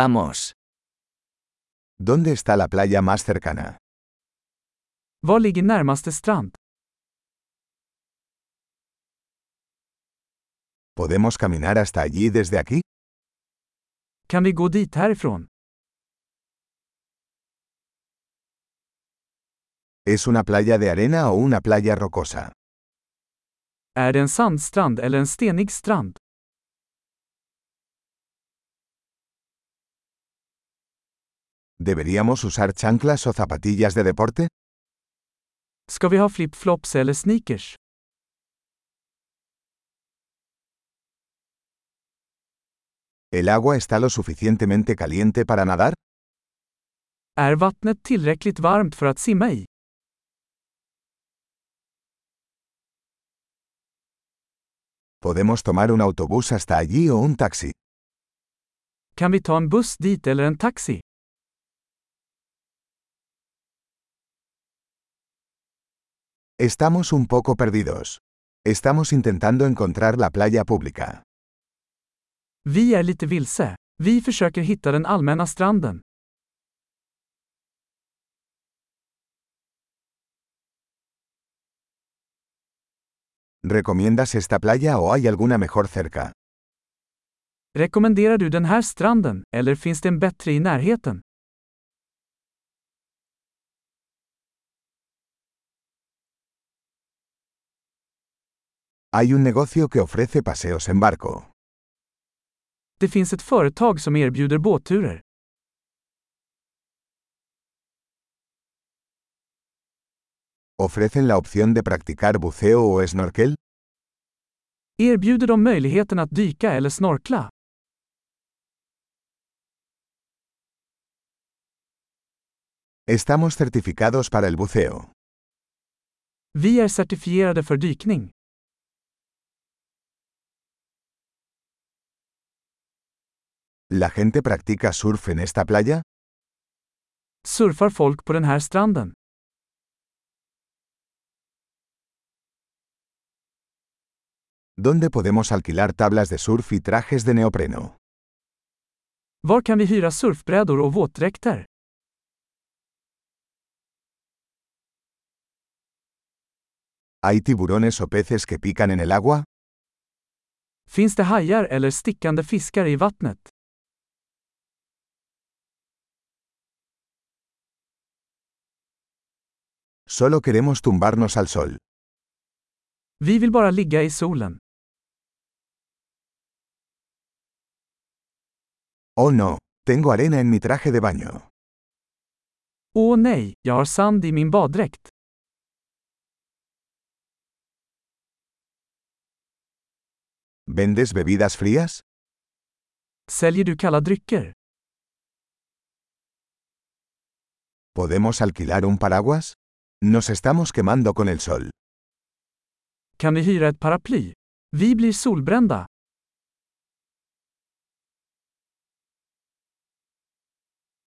Vamos. ¿Dónde está la playa más cercana? Var ligger närmaste strand? ¿Podemos caminar hasta allí desde aquí? Kan vi gå dit härifrån? ¿Es una playa de arena o una playa rocosa? Är det en sandstrand eller en stenig strand? ¿Deberíamos usar chanclas o zapatillas de deporte? Ska vi ha flip-flops eller sneakers? ¿El agua está lo suficientemente caliente para nadar? Är vattnet tillräckligt varmt för att simma i? ¿Podemos tomar un autobús hasta allí o un taxi? Kan vi ta en buss dit eller en taxi? Estamos un poco perdidos. Estamos intentando encontrar la playa pública. Vi är lite vilse. Vi försöker hitta den allmänna stranden. ¿Recomiendas esta playa o hay alguna mejor cerca? Rekommenderar du den här stranden, eller finns det en bättre i närheten? Hay un negocio que ofrece paseos en barco. Det finns ett företag som erbjuder båtturer. ¿Ofrecen la opción de practicar buceo o snorkel? Erbjuder de möjligheten att dyka eller snorkla? Estamos certificados para el buceo. Vi är certifierade för dykning. ¿La gente practica surf en esta playa? Surfar folk på den här stranden? ¿Dónde podemos alquilar tablas de surf y trajes de neopreno? Var kan vi hyra surfbrädor och våtdräkter? ¿Hay tiburones o peces que pican en el agua? Finns det hajar eller stickande fiskar i vattnet? Solo queremos tumbarnos al sol. Vi vill bara ligga i solen. Oh no, tengo arena en mi traje de baño. Åh nej, jag har sand i min baddräkt. ¿Vendes bebidas frías? Säljer du kalla drycker? ¿Podemos alquilar un paraguas? Nos estamos quemando con el sol. Kan vi hyra ett paraply? Vi blir solbrända.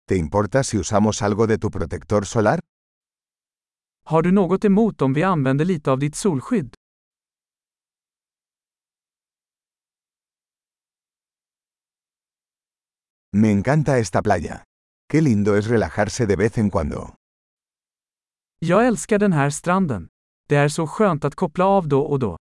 ¿Te importa si usamos algo de tu protector solar? Har du något emot om vi använder lite av ditt solskydd? Me encanta esta playa. Qué lindo es relajarse de vez en cuando. Jag älskar den här stranden. Det är så skönt att koppla av då och då.